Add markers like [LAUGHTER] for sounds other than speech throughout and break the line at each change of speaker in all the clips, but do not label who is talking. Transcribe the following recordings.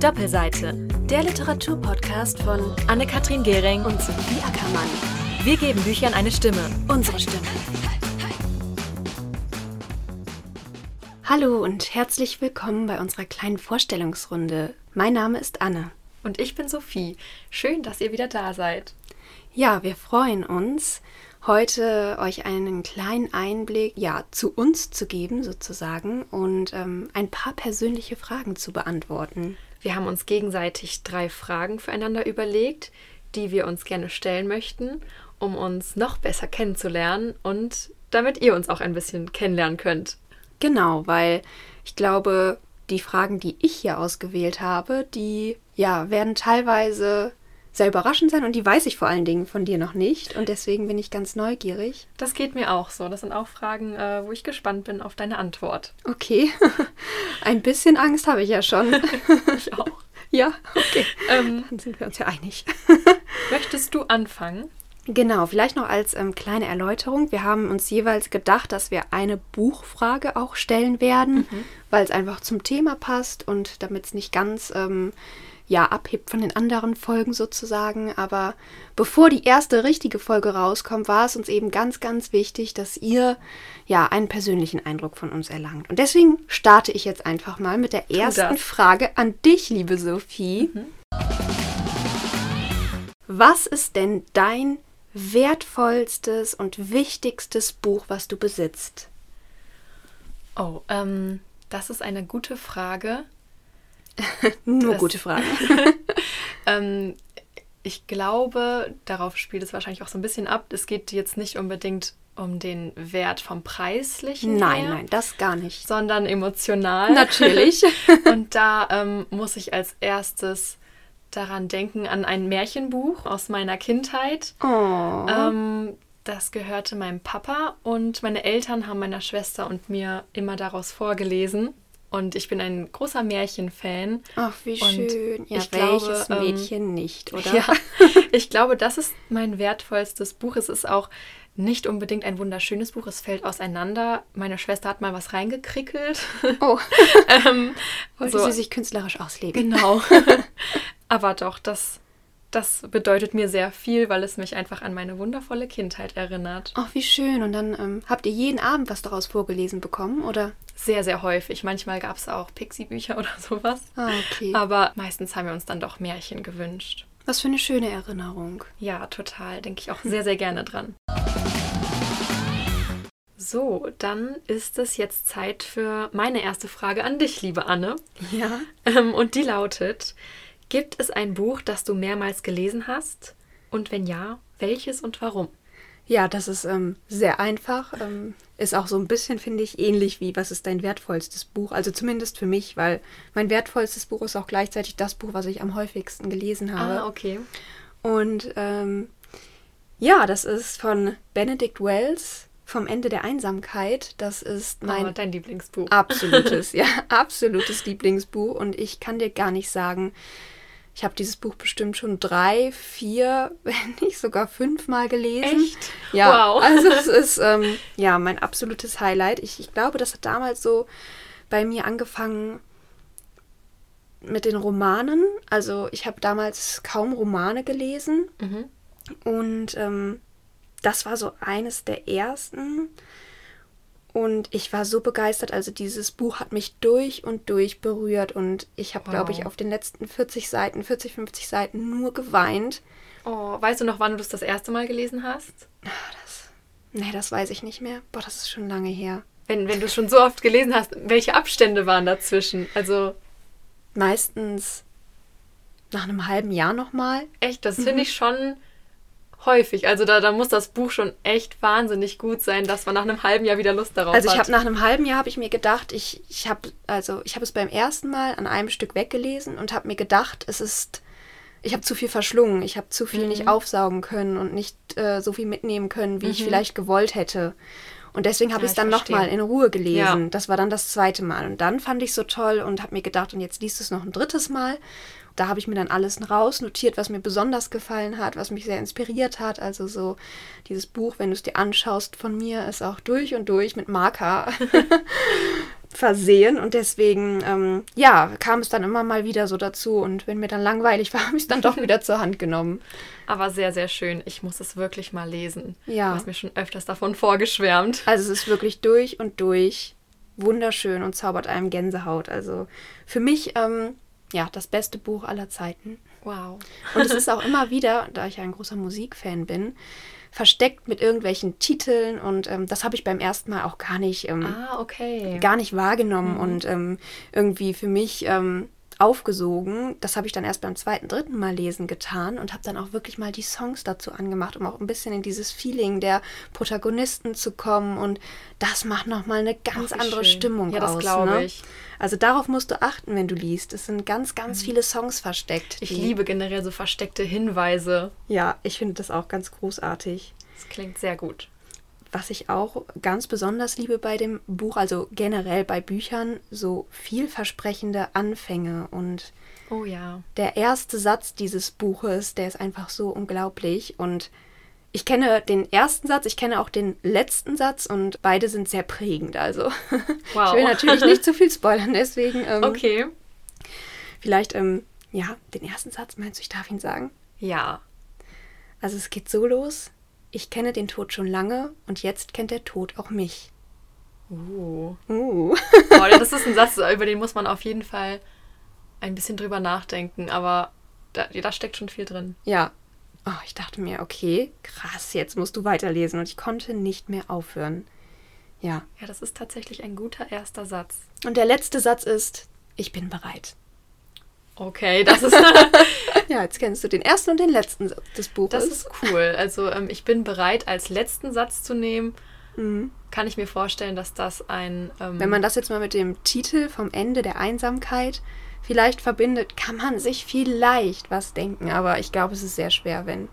Doppelseite, der Literaturpodcast von Anne-Katrin Gehring und Sophie Ackermann. Wir geben Büchern eine Stimme, unsere Stimme.
Hallo und herzlich willkommen bei unserer kleinen Vorstellungsrunde. Mein Name ist Anne.
Und ich bin Sophie. Schön, dass ihr wieder da seid.
Ja, wir freuen uns, heute euch einen kleinen Einblick ja, zu uns zu geben sozusagen und ähm, ein paar persönliche Fragen zu beantworten.
Wir haben uns gegenseitig drei Fragen füreinander überlegt, die wir uns gerne stellen möchten, um uns noch besser kennenzulernen und damit ihr uns auch ein bisschen kennenlernen könnt.
Genau, weil ich glaube, die Fragen, die ich hier ausgewählt habe, die ja, werden teilweise sehr überraschend sein und die weiß ich vor allen Dingen von dir noch nicht und deswegen bin ich ganz neugierig.
Das geht mir auch so. Das sind auch Fragen, äh, wo ich gespannt bin auf deine Antwort.
Okay, [LAUGHS] ein bisschen Angst habe ich ja schon.
[LAUGHS] Ich auch.
ja, okay.
[LAUGHS] Ähm,
Dann sind wir uns ja einig.
möchtest du anfangen?
Genau, vielleicht noch als ähm, kleine Erläuterung. Wir haben uns jeweils gedacht, dass wir eine Buchfrage auch stellen werden, weil es einfach zum Thema passt und damit es nicht ganz ähm, ja, abhebt von den anderen Folgen sozusagen. Aber bevor die erste richtige Folge rauskommt, war es uns eben ganz, ganz wichtig, dass ihr ja einen persönlichen Eindruck von uns erlangt. Und deswegen starte ich jetzt einfach mal mit der ersten
das.
Frage an dich, liebe Sophie. Was ist denn dein wertvollstes und wichtigstes Buch, was du besitzt?
Oh, ähm, das ist eine gute Frage.
Nur
Das-
gute Frage.
Ähm, ich glaube, darauf spielt es wahrscheinlich auch so ein bisschen ab. Es geht jetzt nicht unbedingt um den Wert vom
[LAUGHS]
Preislichen.
Nein,
her,
nein, das gar nicht.
Sondern emotional.
Natürlich.
[LAUGHS] Und da ähm, muss ich als erstes daran denken, an ein Märchenbuch aus meiner Kindheit.
Oh.
Ähm, das gehörte meinem Papa und meine Eltern haben meiner Schwester und mir immer daraus vorgelesen. Und ich bin ein großer Märchenfan.
Ach, wie
und
schön. Ja,
ich
welches
glaube, ähm,
Mädchen [LAUGHS] nicht, oder?
Ja, [LAUGHS] ich glaube, das ist mein wertvollstes Buch. Es ist auch nicht unbedingt ein wunderschönes Buch. Es fällt auseinander. Meine Schwester hat mal was reingekrickelt.
Oh,
ähm,
wollte
so-
sie sich künstlerisch ausleben.
Genau. Aber doch, das, das bedeutet mir sehr viel, weil es mich einfach an meine wundervolle Kindheit erinnert.
Ach, wie schön. Und dann ähm, habt ihr jeden Abend was daraus vorgelesen bekommen, oder?
Sehr, sehr häufig. Manchmal gab es auch Pixie-Bücher oder sowas.
Ah, okay.
Aber meistens haben wir uns dann doch Märchen gewünscht.
Was für eine schöne Erinnerung.
Ja, total. Denke ich auch sehr, sehr gerne dran. So, dann ist es jetzt Zeit für meine erste Frage an dich, liebe Anne.
Ja.
Ähm, Und die lautet: Gibt es ein Buch, das du mehrmals gelesen hast? Und wenn ja, welches und warum?
Ja, das ist ähm, sehr einfach. Ähm, ist auch so ein bisschen, finde ich, ähnlich wie Was ist dein wertvollstes Buch? Also zumindest für mich, weil mein wertvollstes Buch ist auch gleichzeitig das Buch, was ich am häufigsten gelesen habe.
Ah, okay.
Und ähm, ja, das ist von Benedict Wells, Vom Ende der Einsamkeit. Das ist mein Ah.
Mein dein Lieblingsbuch.
absolutes, ja, [LAUGHS] absolutes Lieblingsbuch. Und ich kann dir gar nicht sagen, ich habe dieses Buch bestimmt schon drei, vier, [LAUGHS] wenn nicht sogar fünfmal gelesen.
Echt?
Ja,
Wow.
also
[LAUGHS]
es ist ähm, ja mein absolutes Highlight. Ich, ich glaube, das hat damals so bei mir angefangen mit den Romanen. Also ich habe damals kaum Romane gelesen
Mhm.
und ähm, das war so eines der ersten. Und ich war so begeistert. Also dieses Buch hat mich durch und durch berührt und ich habe, glaube
Wow.
ich, auf den letzten 40 Seiten, 40, 50 Seiten nur geweint.
Oh, weißt du noch, wann du es das erste Mal gelesen hast?
Nee, das weiß ich nicht mehr. Boah, das ist schon lange her.
Wenn, wenn du es schon so oft gelesen hast, welche Abstände waren dazwischen? Also,
meistens nach einem halben Jahr nochmal.
echt, das
Mhm.
finde ich schon häufig. Also, da, da muss das Buch schon echt wahnsinnig gut sein, dass man nach einem halben Jahr wieder Lust darauf
Also ich
hat.
habe nach einem halben Jahr habe ich mir gedacht, ich, ich habe also ich habe es beim ersten Mal an einem Stück weggelesen und habe mir gedacht, es ist ich habe zu viel verschlungen, ich habe zu viel
Mhm.
nicht aufsaugen können und nicht äh, so viel mitnehmen können, wie ich vielleicht gewollt hätte. Und deswegen habe
Ja,
ich es
ich
dann
verstehe.
nochmal in Ruhe gelesen.
Ja.
Das war dann das zweite Mal. Und dann fand ich es so toll und habe mir gedacht, und jetzt liest du es noch ein drittes Mal. Da habe ich mir dann alles rausnotiert, was mir besonders gefallen hat, was mich sehr inspiriert hat. Also so dieses Buch, wenn du es dir anschaust, von mir ist auch durch und durch mit Marker versehen und deswegen, ähm, ja, kam es dann immer mal wieder so dazu und wenn mir dann langweilig war, habe ich es dann doch wieder zur Hand genommen.
Aber sehr, sehr schön. Ich muss es wirklich mal lesen.
Ja.
Du hast mir schon öfters davon vorgeschwärmt.
Also es ist wirklich durch und durch wunderschön und zaubert einem Gänsehaut. Also für mich, ähm, ja, das beste Buch aller Zeiten.
Wow.
Und es ist auch immer wieder, da ich ein großer Musikfan bin, versteckt mit irgendwelchen Titeln und ähm, das habe ich beim ersten Mal auch gar nicht, ähm,
Ah, okay.
gar nicht wahrgenommen
Mhm.
und ähm, irgendwie für mich ähm, aufgesogen. Das habe ich dann erst beim zweiten, dritten Mal lesen getan und habe dann auch wirklich mal die Songs dazu angemacht, um auch ein bisschen in dieses Feeling der Protagonisten zu kommen und das macht nochmal eine ganz
Ach, wie
andere
schön.
Stimmung
Ja, das
aus.
glaube
ne?
ich.
Also darauf musst du achten, wenn du liest. Es sind ganz, ganz viele Songs versteckt.
Mhm. Ich
die-
liebe generell so versteckte Hinweise.
Ja, ich finde das auch ganz großartig.
Das klingt sehr gut.
Was ich auch ganz besonders liebe bei dem Buch, also generell bei Büchern, so vielversprechende Anfänge. Und
Oh ja.
der erste Satz dieses Buches, der ist einfach so unglaublich. Und ich kenne den ersten Satz, ich kenne auch den letzten Satz und beide sind sehr prägend. Also [LAUGHS]
Wow.
ich will natürlich nicht zu viel spoilern, deswegen ähm,
Okay.
vielleicht, ähm, ja, den ersten Satz meinst du, ich darf ihn sagen?
Ja.
Also es geht so los. Ich kenne den Tod schon lange und jetzt kennt der Tod auch mich.
Uh.
Uh.
Boah, das ist ein Satz, über den muss man auf jeden Fall ein bisschen drüber nachdenken, aber da, da steckt schon viel drin.
Ja. Oh, ich dachte mir, okay, krass, jetzt musst du weiterlesen. Und ich konnte nicht mehr aufhören. Ja.
Ja, das ist tatsächlich ein guter erster Satz.
Und der letzte Satz ist, ich bin bereit. [LAUGHS]
Okay, das ist, [LAUGHS]
Ja, jetzt kennst du den ersten und den letzten Satz des Buches.
das ist cool. Also ähm, ich bin bereit, als letzten Satz zu nehmen.
Mhm.
Kann ich mir vorstellen, dass das ein... Ähm,
Wenn man das jetzt mal mit dem Titel vom Ende der Einsamkeit vielleicht verbindet, kann man sich vielleicht was denken. Aber ich glaube, es ist sehr schwer, wenn.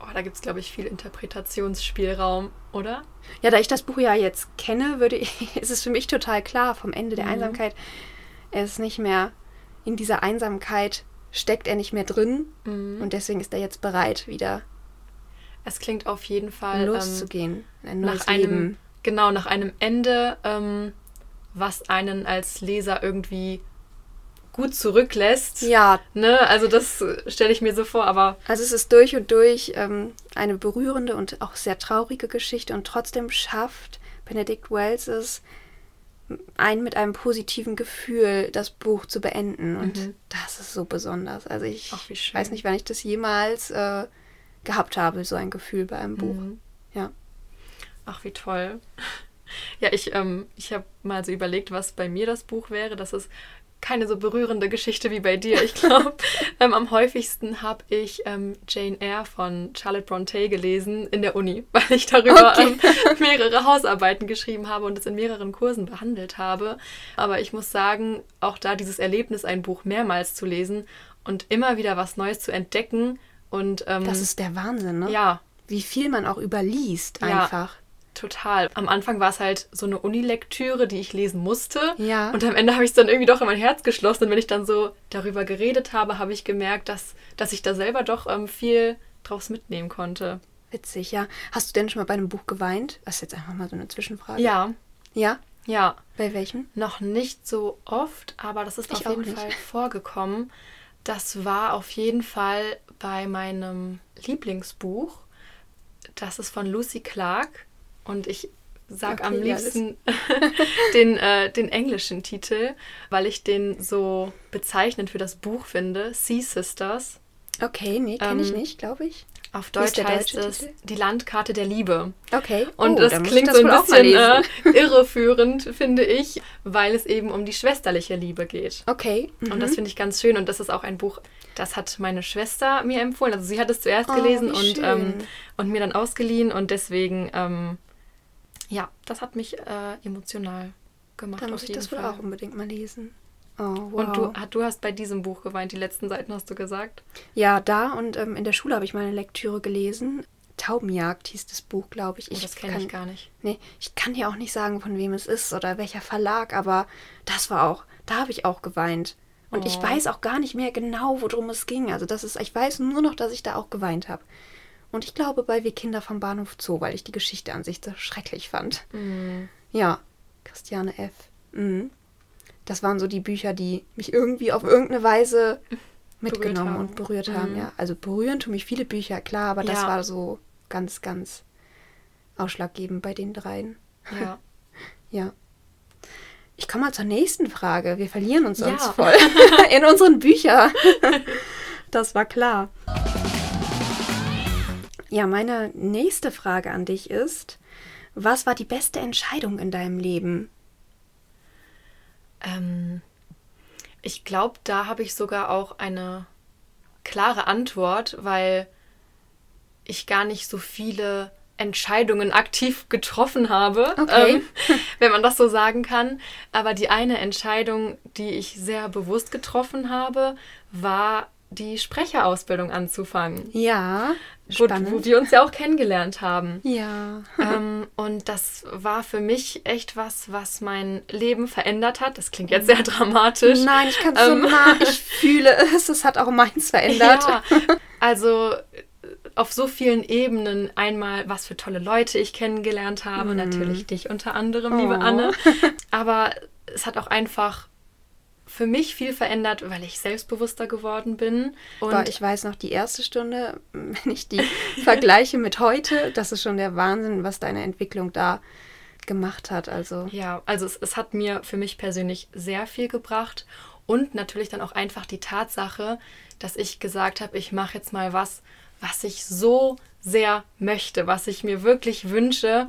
oh, da gibt es, glaube ich, viel Interpretationsspielraum, oder?
Ja, da ich das Buch ja jetzt kenne, würde ich, [LAUGHS] ist es für mich total klar, vom Ende
Mhm.
der Einsamkeit, er ist nicht mehr in dieser Einsamkeit, steckt er nicht mehr drin
Mhm.
und deswegen ist er jetzt bereit, wieder
Es klingt auf jeden Fall... ähm,
loszugehen, in ein neues
nach einem,
Leben.
genau, nach einem Ende, ähm, was einen als Leser irgendwie gut zurücklässt.
Ja,
Ne? Also das äh, stelle ich mir so vor, aber
also es ist durch und durch ähm, eine berührende und auch sehr traurige Geschichte und trotzdem schafft Benedict Wells es, einen mit einem positiven Gefühl das Buch zu beenden und
Mhm.
das ist so besonders. Also ich
Ach, wie schön.
weiß nicht, wann ich das jemals äh, gehabt habe, so ein Gefühl bei einem Buch.
Mhm.
Ja.
ach wie toll. Ja, ich, ähm, ich habe mal so überlegt, was bei mir das Buch wäre. Das ist keine so berührende Geschichte wie bei dir. Ich glaube,
[LAUGHS]
ähm, am häufigsten habe ich ähm, Jane Eyre von Charlotte Bronte gelesen in der Uni, [LAUGHS] weil ich darüber
Okay.
ähm, mehrere Hausarbeiten geschrieben habe und es in mehreren Kursen behandelt habe. Aber ich muss sagen, auch da dieses Erlebnis, ein Buch mehrmals zu lesen und immer wieder was Neues zu entdecken und ähm,
Das ist der Wahnsinn, ne?
ja,
Wie viel man auch überliest
Ja.
einfach.
Total. Am Anfang war es halt so eine Unilektüre, die ich lesen musste.
Ja.
Und am Ende habe ich es dann irgendwie doch in mein Herz geschlossen. Und wenn ich dann so darüber geredet habe, habe ich gemerkt, dass, dass ich da selber doch ähm, viel draus mitnehmen konnte.
Witzig, ja. Hast du denn schon mal bei einem Buch geweint? Das ist jetzt einfach mal so eine Zwischenfrage.
Ja,
Ja?
ja.
Bei welchem?
Noch nicht so oft, aber das ist
Ich
auf
auch
jeden
nicht.
Fall vorgekommen. Das war auf jeden Fall bei meinem Lieblingsbuch. Das ist von Lucy Clark und ich sag
Okay,
am
ja, das-
liebsten [LAUGHS] den, äh, den englischen Titel, weil ich den so bezeichnend für das Buch finde. Sea Sisters.
Okay, nee, kenne ich
Ähm,
nicht, glaube ich.
Auf
Wie ist
Deutsch
der
heißt
deutsche
es
Titel?
Die Landkarte der Liebe.
Okay.
Und
Oh,
das
dann muss ich
klingt so
wohl
ein
auch mal
bisschen äh,
lesen.
[LAUGHS] irreführend, finde ich, weil es eben um die schwesterliche Liebe geht.
okay. Mhm.
Und das finde ich ganz schön. Und das ist auch ein Buch, das hat meine Schwester mir empfohlen. Also sie hat es zuerst
Oh,
gelesen
wie
und,
schön.
ähm, und mir dann ausgeliehen. Und deswegen, ähm, ja, das hat mich äh, emotional gemacht.
dann
auf
muss ich
jeden
das wohl
Fall.
auch unbedingt mal lesen. Oh, wow.
Und du, hat- du hast bei diesem Buch geweint, die letzten Seiten hast du gesagt. Oh,
ja, da und ähm, in der Schule habe ich mal eine Lektüre gelesen. Taubenjagd hieß das Buch, glaube ich.
Oh, das kenne ich gar
[LAUGHS]
nicht.
Nee, ich kann dir auch nicht sagen, von wem es ist oder welcher Verlag, aber das war auch, da habe ich auch geweint. Und ich
Oh.
weiß auch gar nicht mehr genau, worum es ging. Also das ist, ich weiß nur noch, dass ich da auch geweint habe. Und ich glaube bei Wir Kinder vom
Mhm.
Bahnhof Zoo, weil ich die Geschichte an sich so schrecklich fand. Ja, Christiane F. Mhm. Das waren so die Bücher, die mich irgendwie auf irgendeine
[LAUGHS]
Weise mitgenommen
haben.
und berührt haben.
Mhm.
Ja, also berühren tun mich viele Bücher, klar, aber das
Ja.
war so ganz, ganz ausschlaggebend bei den dreien.
Ja.
Ja. Ich komme mal zur nächsten Frage. Wir verlieren uns
Ja.
sonst voll [LAUGHS] in unseren
[LAUGHS]
Büchern. Das war klar. Ja, meine nächste Frage an dich ist, was war die beste Entscheidung in deinem Leben?
Ähm, ich glaube, da habe ich sogar auch eine klare Antwort, weil ich gar nicht so viele Entscheidungen aktiv getroffen habe,
Okay.
ähm, [LAUGHS] wenn man das so sagen kann. Aber die eine Entscheidung, die ich sehr bewusst getroffen habe, war die Sprecherausbildung anzufangen.
Ja,
Gut, wo wir uns ja auch kennengelernt haben.
Ja.
ähm, und das war für mich echt was, was mein Leben verändert hat. Das klingt jetzt sehr dramatisch.
Mhm. Nein, ich kann es
Ähm.
so nah. Ich fühle es. Es hat auch meins verändert.
Ja, also äh, auf so vielen Ebenen einmal, was für tolle Leute ich kennengelernt habe, natürlich dich unter anderem, liebe
Mhm. Oh. [LAUGHS]
Anne. Aber es hat auch einfach für mich viel verändert, weil ich selbstbewusster geworden bin. Und
Boah, ich weiß noch, die erste Stunde, [LAUGHS] wenn ich die vergleiche mit heute, das ist schon der Wahnsinn, was deine Entwicklung da gemacht hat. Also,
Ja, also es, es hat mir für mich persönlich sehr viel gebracht und natürlich dann auch einfach die Tatsache, dass ich gesagt habe, ich mache jetzt mal was, was ich so sehr möchte, was ich mir wirklich wünsche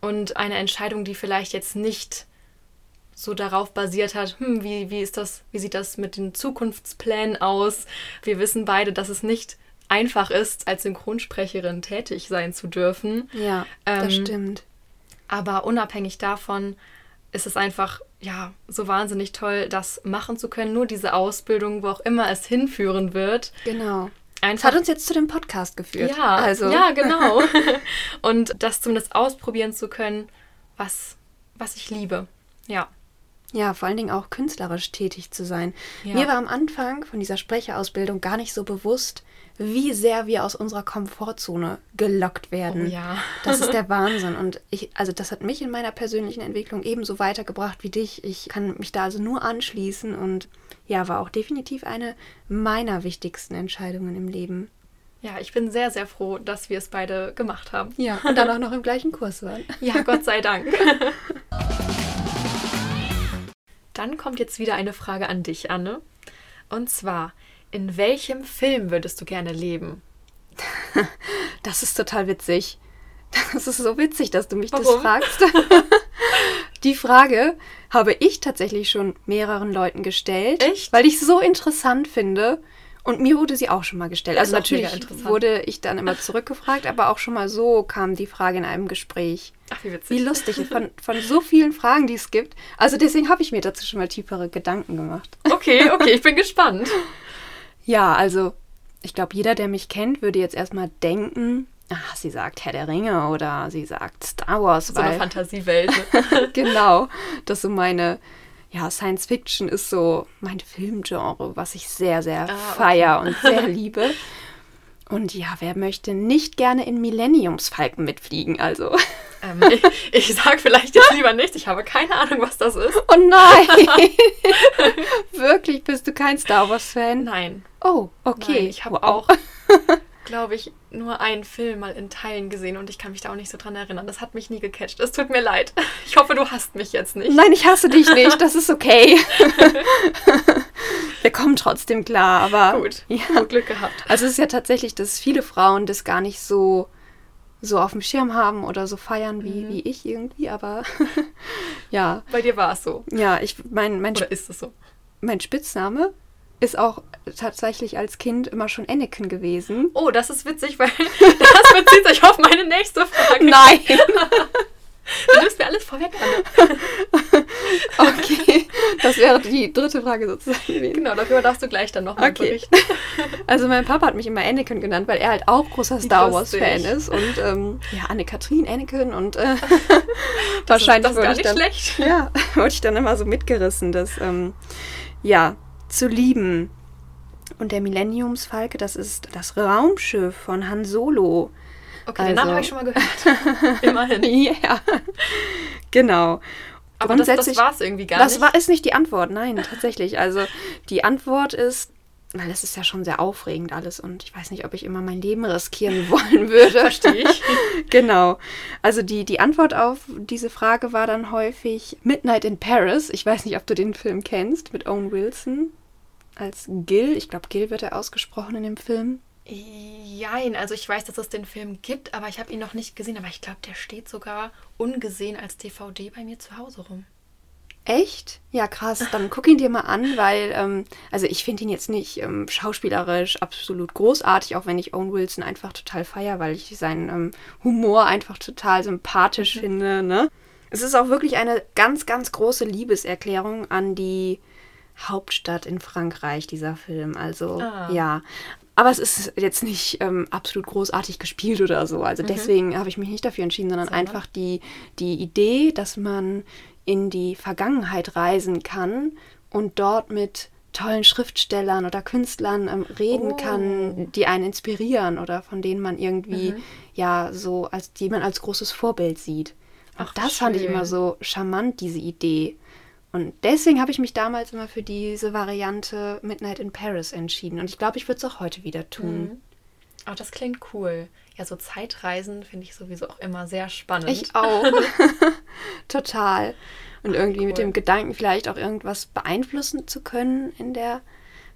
und eine Entscheidung, die vielleicht jetzt nicht so darauf basiert hat, hm, wie, wie ist das, wie sieht das mit den Zukunftsplänen aus? Wir wissen beide, dass es nicht einfach ist, als Synchronsprecherin tätig sein zu dürfen.
ja,
Ähm,
das stimmt.
Aber unabhängig davon ist es einfach, ja, so wahnsinnig toll, das machen zu können. Nur diese Ausbildung, wo auch immer es hinführen wird.
Genau. Das
Einfach.
hat uns jetzt zu dem Podcast geführt.
ja,
also.
ja,
[LAUGHS]
genau. Und das zumindest ausprobieren zu können, was, was ich liebe. Ja.
Ja, vor allen Dingen auch künstlerisch tätig zu sein.
Ja.
Mir war am Anfang von dieser Sprecherausbildung gar nicht so bewusst, wie sehr wir aus unserer Komfortzone gelockt werden. [LAUGHS]
Oh ja.
Das ist der Wahnsinn. Und ich, also das hat mich in meiner persönlichen Entwicklung ebenso weitergebracht wie dich. Ich kann mich da also nur anschließen und ja, war auch definitiv eine meiner wichtigsten Entscheidungen im Leben.
Ja, ich bin sehr, sehr froh, dass wir es beide gemacht haben.
Ja, und dann auch noch im gleichen Kurs waren. [LAUGHS]
Ja, Gott sei Dank. Dann kommt jetzt wieder eine Frage an dich, Anne. Und zwar, in welchem Film würdest du gerne leben?
Das ist total witzig. [LAUGHS] Das ist so witzig, dass du mich
Warum?
das fragst. [LAUGHS] Die Frage habe ich tatsächlich schon mehreren Leuten gestellt,
Echt?
weil ich es so interessant finde. Und mir wurde sie auch schon mal gestellt. Also
Ist auch mega
natürlich
interessant.
wurde ich dann immer zurückgefragt, aber auch schon mal so kam die Frage in einem Gespräch.
Ach, wie witzig.
Wie lustig, von, von so vielen Fragen, die es gibt. Also deswegen habe ich mir dazu schon mal tiefere Gedanken gemacht.
Okay, okay, ich bin gespannt.
Ja, also ich glaube, jeder, der mich kennt, würde jetzt erstmal denken, ah, sie sagt Herr der Ringe oder sie sagt Star Wars,
So eine
weil
Fantasiewelt. ne?
[LAUGHS] genau, das ist so meine ja, Science Fiction ist so mein Filmgenre, was ich sehr sehr
Ah, okay.
feier und sehr liebe. Und ja, wer möchte nicht gerne in Millenniumsfalken mitfliegen? Also, [LAUGHS]
ähm, ich, ich sag vielleicht jetzt lieber nichts. Ich habe keine Ahnung, was das ist.
oh
[LAUGHS]
nein! Wirklich, bist du kein Star Wars-Fan?
Nein.
Oh, okay.
Nein, ich habe
Wow. [LAUGHS]
auch, glaube ich, nur einen Film mal in Teilen gesehen und ich kann mich da auch nicht so dran erinnern. Das hat mich nie gecatcht. Es tut mir leid. Ich hoffe, du hast mich jetzt nicht.
Nein, ich hasse dich nicht, das ist okay. [LAUGHS] Wir kommen trotzdem klar, aber
Gut.
Ja.
Gut Glück gehabt.
Also es ist ja tatsächlich, dass viele Frauen das gar nicht so so auf dem Schirm haben oder so feiern wie,
Mhm.
wie ich irgendwie, aber [LAUGHS] ja.
Bei dir war es so.
Ja, ich mein mein,
Oder ist es so?
mein Spitzname ist auch tatsächlich als Kind immer schon Anakin gewesen.
Oh, das ist witzig, weil [LAUGHS] das bezieht sich auf meine nächste Frage.
Nein. [LAUGHS]
Du nimmst mir alles vorweg an.
Okay, das wäre die dritte Frage sozusagen. gewesen.
Genau, darüber darfst du gleich dann nochmal
Okay.
berichten.
[LAUGHS] Also mein Papa hat mich immer Anakin genannt, weil er halt auch großer Star Wars
lustig.
Fan ist und ähm, ja Anne-Kathrin Anakin und [LAUGHS] äh, wahrscheinlich
das ist gar
wurde ich
nicht
dann [LAUGHS]
schlecht.
ja wurde ich dann immer so mitgerissen, dass ähm, ja zu lieben und der Millenniumsfalke, das ist das Raumschiff von Han Solo.
Okay, den Namen
Also-
[LAUGHS] habe ich schon mal gehört. Immerhin.
Ja, [LAUGHS] genau.
Aber das, das war es irgendwie gar
das
[LAUGHS] nicht.
war ist nicht die Antwort, nein, tatsächlich. Also die Antwort ist, weil das ist ja schon sehr aufregend alles und ich weiß nicht, ob ich immer mein Leben riskieren
[LAUGHS]
wollen würde.
Verstehe ich.
[LAUGHS] genau. Also die, die Antwort auf diese Frage war dann häufig Midnight in Paris. Ich weiß nicht, ob du den Film kennst mit Owen Wilson als Gil. Ich glaube, Gil wird er ausgesprochen in dem Film.
Jein, also ich weiß, dass es den Film gibt, aber ich habe ihn noch nicht gesehen. Aber ich glaube, der steht sogar ungesehen als DVD bei mir zu Hause rum.
Echt? Ja, krass. Dann guck ihn dir mal an, weil, ähm, also ich finde ihn jetzt nicht ähm, schauspielerisch absolut großartig, auch wenn ich Owen Wilson einfach total feier, weil ich seinen ähm, Humor einfach total sympathisch finde. Ne? Es ist auch wirklich eine ganz, ganz große Liebeserklärung an die Hauptstadt in Frankreich, dieser Film. Also,
Ah.
ja. Aber es ist jetzt nicht ähm, absolut großartig gespielt oder so.
Mhm.
Also deswegen habe ich mich nicht dafür entschieden, sondern
Sondern?
einfach die, die Idee, dass man in die Vergangenheit reisen kann und dort mit tollen Schriftstellern oder Künstlern ähm, reden
Oh.
kann, die einen inspirieren oder von denen man
Mhm.
irgendwie ja so als die man als großes Vorbild sieht. Und
Ach,
das fand ich immer
schön.
so charmant diese Idee. Und deswegen habe ich mich damals immer für diese Variante Midnight in Paris entschieden. Und ich glaube, ich würde es auch heute wieder tun.
Oh, das klingt cool. Ja, so Zeitreisen finde ich sowieso auch immer sehr spannend.
Ich
[LAUGHS]
auch. Total. Und irgendwie mit
cool.
dem Gedanken, vielleicht auch irgendwas beeinflussen zu können in der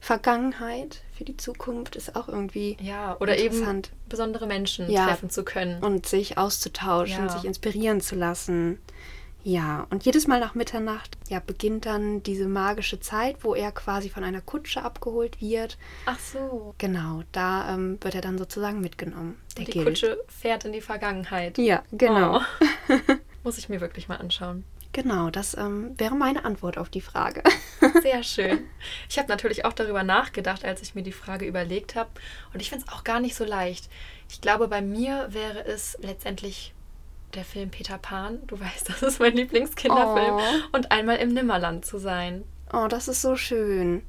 Vergangenheit für die Zukunft, ist auch irgendwie
ja, oder eben
Interessant.
besondere Menschen
Ja.
treffen zu können.
und sich auszutauschen,
Ja.
sich inspirieren zu lassen. Ja, und jedes Mal nach Mitternacht ja, beginnt dann diese magische Zeit, wo er quasi von einer Kutsche abgeholt wird.
Ach so.
Genau, da ähm, wird er dann sozusagen mitgenommen. Der
Die
Guild.
Kutsche fährt in die Vergangenheit.
Ja, genau.
[LAUGHS] Oh. Muss ich mir wirklich mal anschauen.
Genau, das ähm, wäre meine Antwort auf die Frage. [LAUGHS]
Sehr schön. Ich habe natürlich auch darüber nachgedacht, als ich mir die Frage überlegt habe. Und ich finde es auch gar nicht so leicht. Ich glaube, bei mir wäre es letztendlich der Film Peter Pan. Du weißt, das ist mein Lieblingskinderfilm.
Oh.
Und einmal im Nimmerland zu sein.
Oh, das ist so schön.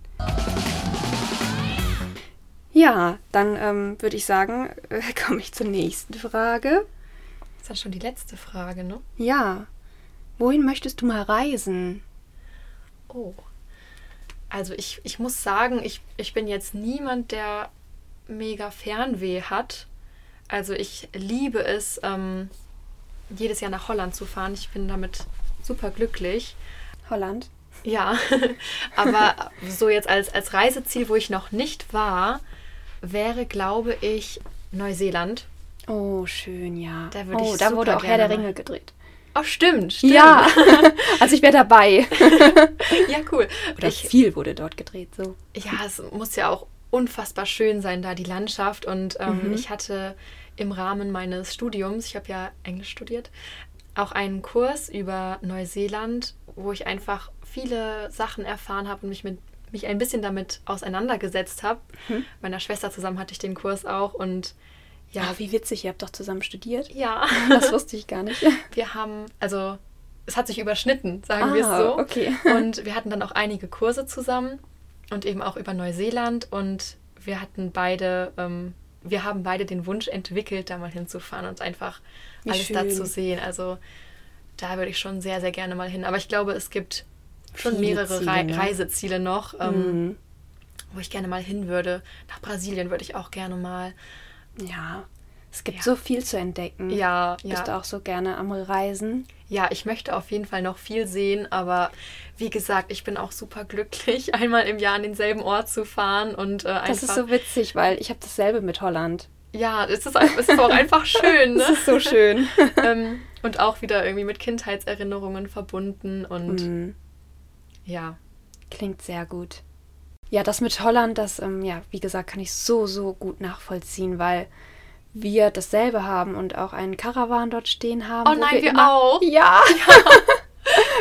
Ja, dann ähm, würde ich sagen, [LAUGHS] äh, komme ich zur nächsten Frage.
Ist dann schon die letzte Frage, ne?
Ja, wohin möchtest du mal reisen?
Oh. Also ich, ich muss sagen, ich, ich bin jetzt niemand, der mega Fernweh hat. Also ich liebe es, ähm, jedes Jahr nach Holland zu fahren. Ich bin damit super glücklich.
Holland.
Ja, [LAUGHS] aber so jetzt als, als Reiseziel, wo ich noch nicht war, wäre, glaube ich, Neuseeland.
Oh, schön, ja.
Da würde
oh,
ich
da
super
wurde auch Herr
gerne
der
mal-
Ringe gedreht.
Oh, stimmt, stimmt.
Ja, [LAUGHS] also ich wäre dabei.
[LAUGHS] ja cool.
Oder
Ich,
viel wurde dort gedreht, so.
ja, es muss ja auch unfassbar schön sein, da die Landschaft. Und ähm,
Mhm.
ich hatte im Rahmen meines Studiums, ich habe ja Englisch studiert, auch einen Kurs über Neuseeland, wo ich einfach viele Sachen erfahren habe und mich mit mich ein bisschen damit auseinandergesetzt habe.
Mhm.
Meiner Schwester zusammen hatte ich den Kurs auch und ja,
Ach, wie witzig, ihr habt doch zusammen studiert.
ja,
[LAUGHS]
[LAUGHS]
Das wusste ich gar nicht.
wir haben, also es hat sich überschnitten, sagen
Ah,
wir es so.
okay. [LAUGHS]
Und wir hatten dann auch einige Kurse zusammen und eben auch über Neuseeland und wir hatten beide, ähm, wir haben beide den Wunsch entwickelt, da mal hinzufahren und einfach
Wie
alles da
schön.
zu sehen. Also da würde ich schon sehr, sehr gerne mal hin. Aber ich glaube, es gibt schon
Viele
mehrere
Ziele,
Rei
ne?
Reiseziele noch, ähm,
Mhm.
wo ich gerne mal hin würde. Nach Brasilien würde ich auch gerne mal.
Ja, es gibt
Ja.
so viel zu entdecken.
Ja,
Bist
ja.
du auch so gerne am Reisen?
Ja, ich möchte auf jeden Fall noch viel sehen, aber wie gesagt, ich bin auch super glücklich, [LAUGHS] einmal im Jahr an denselben Ort zu fahren und äh, einfach.
Das ist so witzig, weil ich habe dasselbe mit Holland.
ja, es ist, ein- es ist
[LAUGHS]
auch einfach schön,
Das
ne?
ist so
[LAUGHS]
schön.
ähm, und auch wieder irgendwie mit Kindheitserinnerungen verbunden und
Mhm.
ja.
Klingt sehr gut. Ja, das mit Holland, das, ähm, ja, wie gesagt, kann ich so, so gut nachvollziehen, weil wir dasselbe haben und auch einen Karawan dort stehen haben.
Oh
wo
nein, wir
immer-
auch. [LAUGHS]
Ja.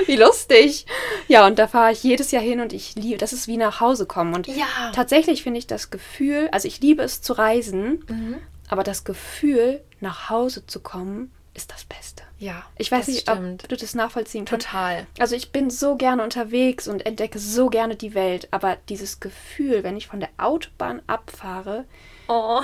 wie lustig. Ja, und da fahre ich jedes Jahr hin und ich liebe, das ist wie nach Hause kommen. Und
Ja.
tatsächlich finde ich das Gefühl, also ich liebe es zu reisen,
Mhm.
aber das Gefühl, nach Hause zu kommen, ist das Beste.
Ja,
Ich weiß
das
nicht,
stimmt.
ob du das nachvollziehen kannst.
Total.
Also ich bin so gerne unterwegs und entdecke so gerne die Welt, aber dieses Gefühl, wenn ich von der Autobahn abfahre,
Oh.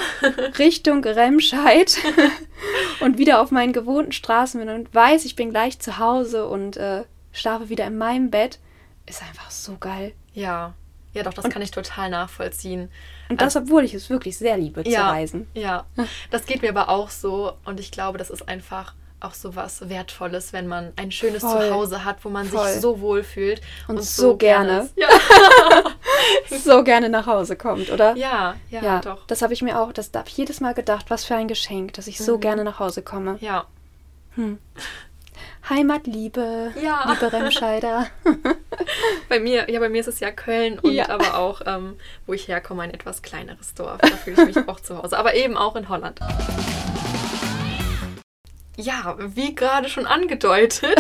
Richtung Remscheid [LAUGHS] und wieder auf meinen gewohnten Straßen bin und weiß, ich bin gleich zu Hause und äh, schlafe wieder in meinem Bett, ist einfach so geil.
Ja. Ja, doch, das kann ich total nachvollziehen.
Und das, obwohl ich es wirklich sehr liebe zu
Also Ja,
reisen.
ja. Das geht mir aber auch so und ich glaube, das ist einfach auch so was Wertvolles, wenn man ein schönes
Voll.
Zuhause hat, wo man
Voll.
sich so wohl fühlt
Und so gerne.
ist. Ja,
So gerne nach Hause kommt, oder?
ja, ja,
Ja,
doch.
das habe ich mir auch, das habe ich jedes Mal gedacht, was für ein Geschenk, dass ich so
Mhm.
gerne nach Hause komme.
Ja,
Heimatliebe,
Ja.
liebe
[LAUGHS]
Remscheider.
bei mir, ja, bei mir ist es ja Köln und
Ja.
aber auch, ähm, wo ich herkomme, ein etwas kleineres Dorf. Da fühle ich mich auch zu Hause, aber eben auch in Holland. Ja, wie gerade
[LAUGHS]
schon angedeutet,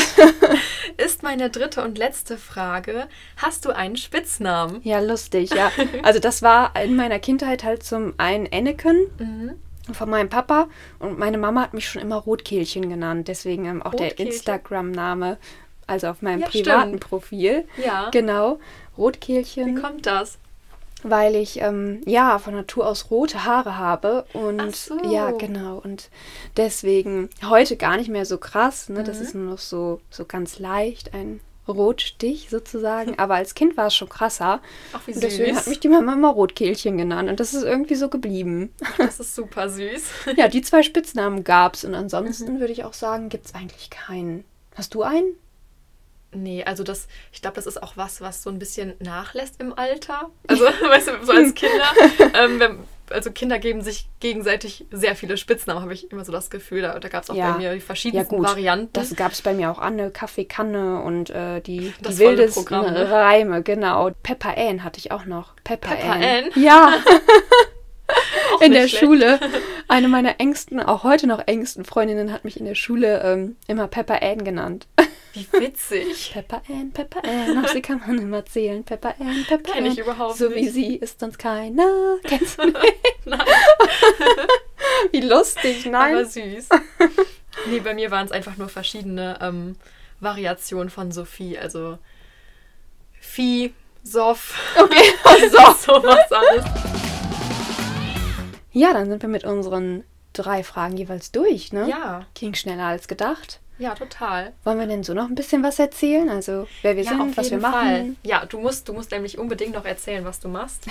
ist meine dritte und letzte Frage: Hast du einen Spitznamen?
ja, lustig,
[LAUGHS]
ja. Also das war in meiner Kindheit halt zum einen Anakin
Mhm.
von meinem Papa und meine Mama hat mich schon immer Rotkehlchen genannt, deswegen ähm, auch der
Rotkehlchen.
Instagram-Name, also auf meinem
Ja,
privaten
stimmt.
Profil.
Ja.
Genau,
Wie
Rotkehlchen,
kommt das?
weil ich ähm, ja von Natur aus rote Haare habe und
Ach so.
ja, genau und deswegen heute gar nicht mehr so krass, ne, das
Mhm.
ist nur noch so so ganz leicht ein Rotstich sozusagen, aber als Kind war es schon krasser.
Ach, wie
Und deswegen hat
süß.
mich die Mama immer Rotkehlchen genannt und das ist irgendwie so geblieben.
[LAUGHS] Das ist super süß.
Ja, die zwei Spitznamen gab's und ansonsten
Mhm.
würde ich auch sagen, gibt's eigentlich keinen. Hast du einen?
[LAUGHS] Nee, also das, ich glaube, das ist auch was, was so ein bisschen nachlässt im Alter. Also, [LAUGHS] weißt du, so als Kinder. Ähm, wenn, also Kinder geben sich gegenseitig sehr viele Spitznamen, habe ich immer so das Gefühl. Da, da gab es auch bei mir die verschiedensten Varianten.
Das gab's bei mir auch Anne, Kaffeekanne und äh, die, die
Das volle
wildesten
Programm, ne?
Reime, genau. Pepper Ann hatte ich auch noch. Pepper,
Pepper
Ann.
Ann?
Ja,
[LAUGHS] Auch
in
nicht
der
schlecht.
Schule.
[LAUGHS]
Eine meiner engsten, auch heute noch engsten Freundinnen hat mich in der Schule ähm, immer Pepper Ann genannt.
Wie witzig.
Pepper Ann, Pepper Ann, auf sie kann man immer zählen. Pepper Ann, Pepper
Kenn
Ann.
ich überhaupt
So wie
nicht.
sie ist sonst keiner. Kennst du nicht?
[LAUGHS] Nein,
[LAUGHS] Wie lustig, nein.
[LAUGHS] aber [LAUGHS] süß. Nee, bei mir waren es einfach nur verschiedene ähm, Variationen von Sophie. Also Vieh, Soff, [LAUGHS]
Okay, so.
sowas alles.
Ja, dann sind wir mit unseren drei Fragen jeweils durch, ne?
Ja,
Ging schneller als gedacht.
ja, total.
Wollen wir denn so noch ein bisschen was erzählen? Also, wer wir
ja,
sind, was wir machen.
Fall. Ja, du musst, du musst nämlich unbedingt noch erzählen, was du machst,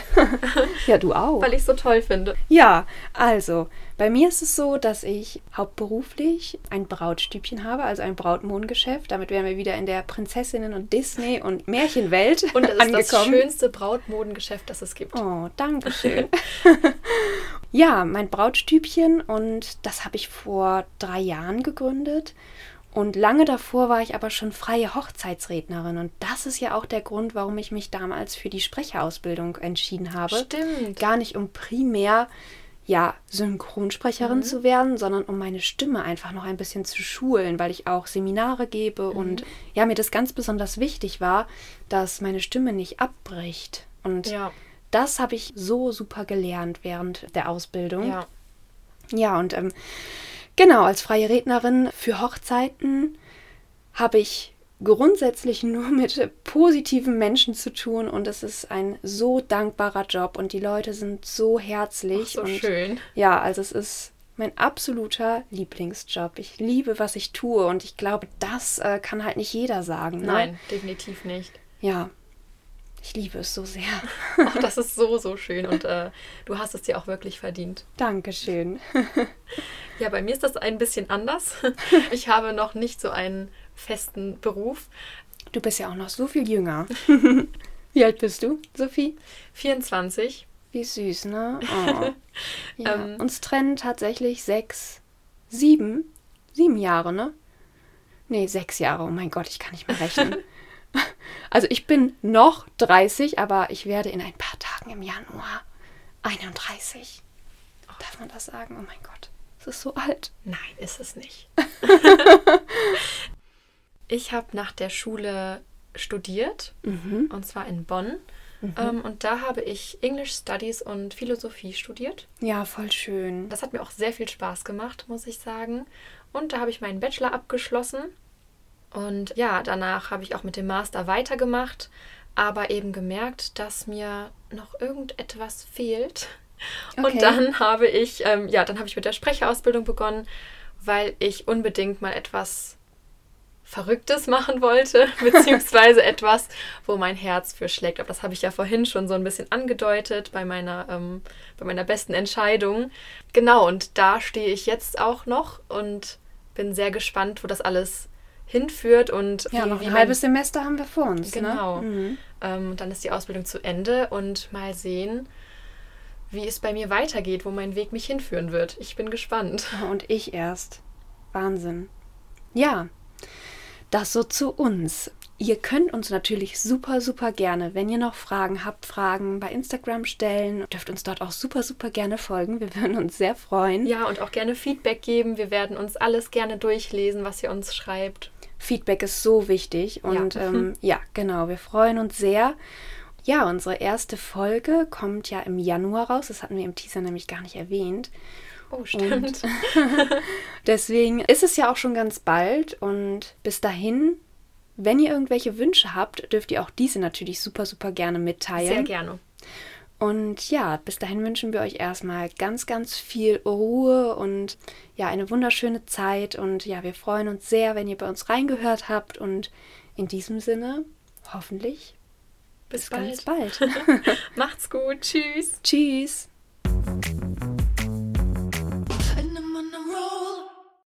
Ja, du auch.
weil ich es so toll finde.
Ja, also, bei mir ist es so, dass ich hauptberuflich ein Brautstübchen habe, also ein Brautmohngeschäft. Damit wären wir wieder in der Prinzessinnen- und Disney- und Märchenwelt
Und das ist das
angekommen.
schönste Brautmodengeschäft, das es gibt.
Oh, danke schön.
[LAUGHS]
[LAUGHS] ja, mein Brautstübchen und das habe ich vor drei Jahren gegründet. Und lange davor war ich aber schon freie Hochzeitsrednerin. Und das ist ja auch der Grund, warum ich mich damals für die Sprecherausbildung entschieden habe.
Stimmt.
Gar nicht, um primär ja,
Mhm.
Synchronsprecherin zu werden, sondern um meine Stimme einfach noch ein bisschen zu schulen, weil ich auch Seminare
Mhm.
gebe und ja, mir das ganz besonders wichtig war, dass meine Stimme nicht abbricht. Und
Ja,
das habe ich so super gelernt während der Ausbildung.
ja.
Ja, und ähm, genau, als freie Rednerin für Hochzeiten habe ich grundsätzlich [LAUGHS] nur mit äh, positiven Menschen zu tun und es ist ein so dankbarer Job und die Leute sind so herzlich.
Ach, so
und
schön.
Ja, also es ist mein absoluter Lieblingsjob. Ich liebe, was ich tue und ich glaube, das äh, kann halt nicht jeder sagen. Ne?
Nein, definitiv nicht.
Ja, ich liebe es so sehr. [LAUGHS]
Ach, das ist so, so schön und äh, du hast es dir auch wirklich verdient.
Dankeschön.
Ja, bei mir ist das ein bisschen anders. [LAUGHS] Ich habe noch nicht so einen festen Beruf.
Du bist ja auch noch so viel
[LAUGHS]
jünger. Wie alt bist du, Sophie?
24.
Wie süß, ne?
[LAUGHS]
Oh. Ja.
Ähm.
Uns trennen tatsächlich sechs, sieben, sieben Jahre, ne? Nee, sechs Jahre. Oh mein Gott, ich kann nicht mehr
[LAUGHS]
rechnen. also ich bin noch 30, aber ich werde in ein paar Tagen im Januar 31. Darf man das sagen? Oh mein Gott, es ist so alt.
Nein, ist es nicht.
[LAUGHS]
ich habe nach der Schule studiert und zwar in Bonn. Ähm, und da habe ich English Studies und Philosophie studiert.
Ja, voll schön.
Das hat mir auch sehr viel Spaß gemacht, muss ich sagen. Und da habe ich meinen Bachelor abgeschlossen. Und ja, danach habe ich auch mit dem Master weitergemacht, aber eben gemerkt, dass mir noch irgendetwas fehlt.
Okay.
Und dann habe ich, ähm, ja, dann habe ich mit der Sprecherausbildung begonnen, weil ich unbedingt mal etwas Verrücktes machen wollte, [LAUGHS] beziehungsweise etwas, wo mein Herz für schlägt. Aber das habe ich ja vorhin schon so ein bisschen angedeutet bei meiner, ähm, bei meiner besten Entscheidung. Genau, und da stehe ich jetzt auch noch und bin sehr gespannt, wo das alles hinführt und
Ja,
wie-
noch
wie
ein
mein-
halbes Semester haben wir vor uns.
Genau.
Ne? Mhm.
Ähm, und dann ist die Ausbildung zu Ende und mal sehen, wie es bei mir weitergeht, wo mein Weg mich hinführen wird. Ich bin gespannt.
Und ich erst. Wahnsinn. Ja, das so zu uns. Ihr könnt uns natürlich super, super gerne, wenn ihr noch Fragen habt, Fragen bei Instagram stellen. Dürft uns dort auch super, super gerne folgen. Wir würden uns sehr freuen.
Ja, und auch gerne Feedback geben. Wir werden uns alles gerne durchlesen, was ihr uns schreibt.
Feedback ist so wichtig. Und ja. Ähm, ja, genau, wir freuen uns sehr. Ja, unsere erste Folge kommt ja im Januar raus. Das hatten wir im Teaser nämlich gar nicht erwähnt.
Oh, stimmt. [LAUGHS]
Deswegen ist es ja auch schon ganz bald und bis dahin, wenn ihr irgendwelche Wünsche habt, dürft ihr auch diese natürlich super, super gerne mitteilen.
Sehr gerne.
Und ja, bis dahin wünschen wir euch erstmal ganz, ganz viel Ruhe und ja, eine wunderschöne Zeit. Und ja, wir freuen uns sehr, wenn ihr bei uns reingehört habt. Und in diesem Sinne, hoffentlich
Bis, bald.
ganz bald.
[LAUGHS]
[LAUGHS]
Macht's gut. Tschüss.
Tschüss.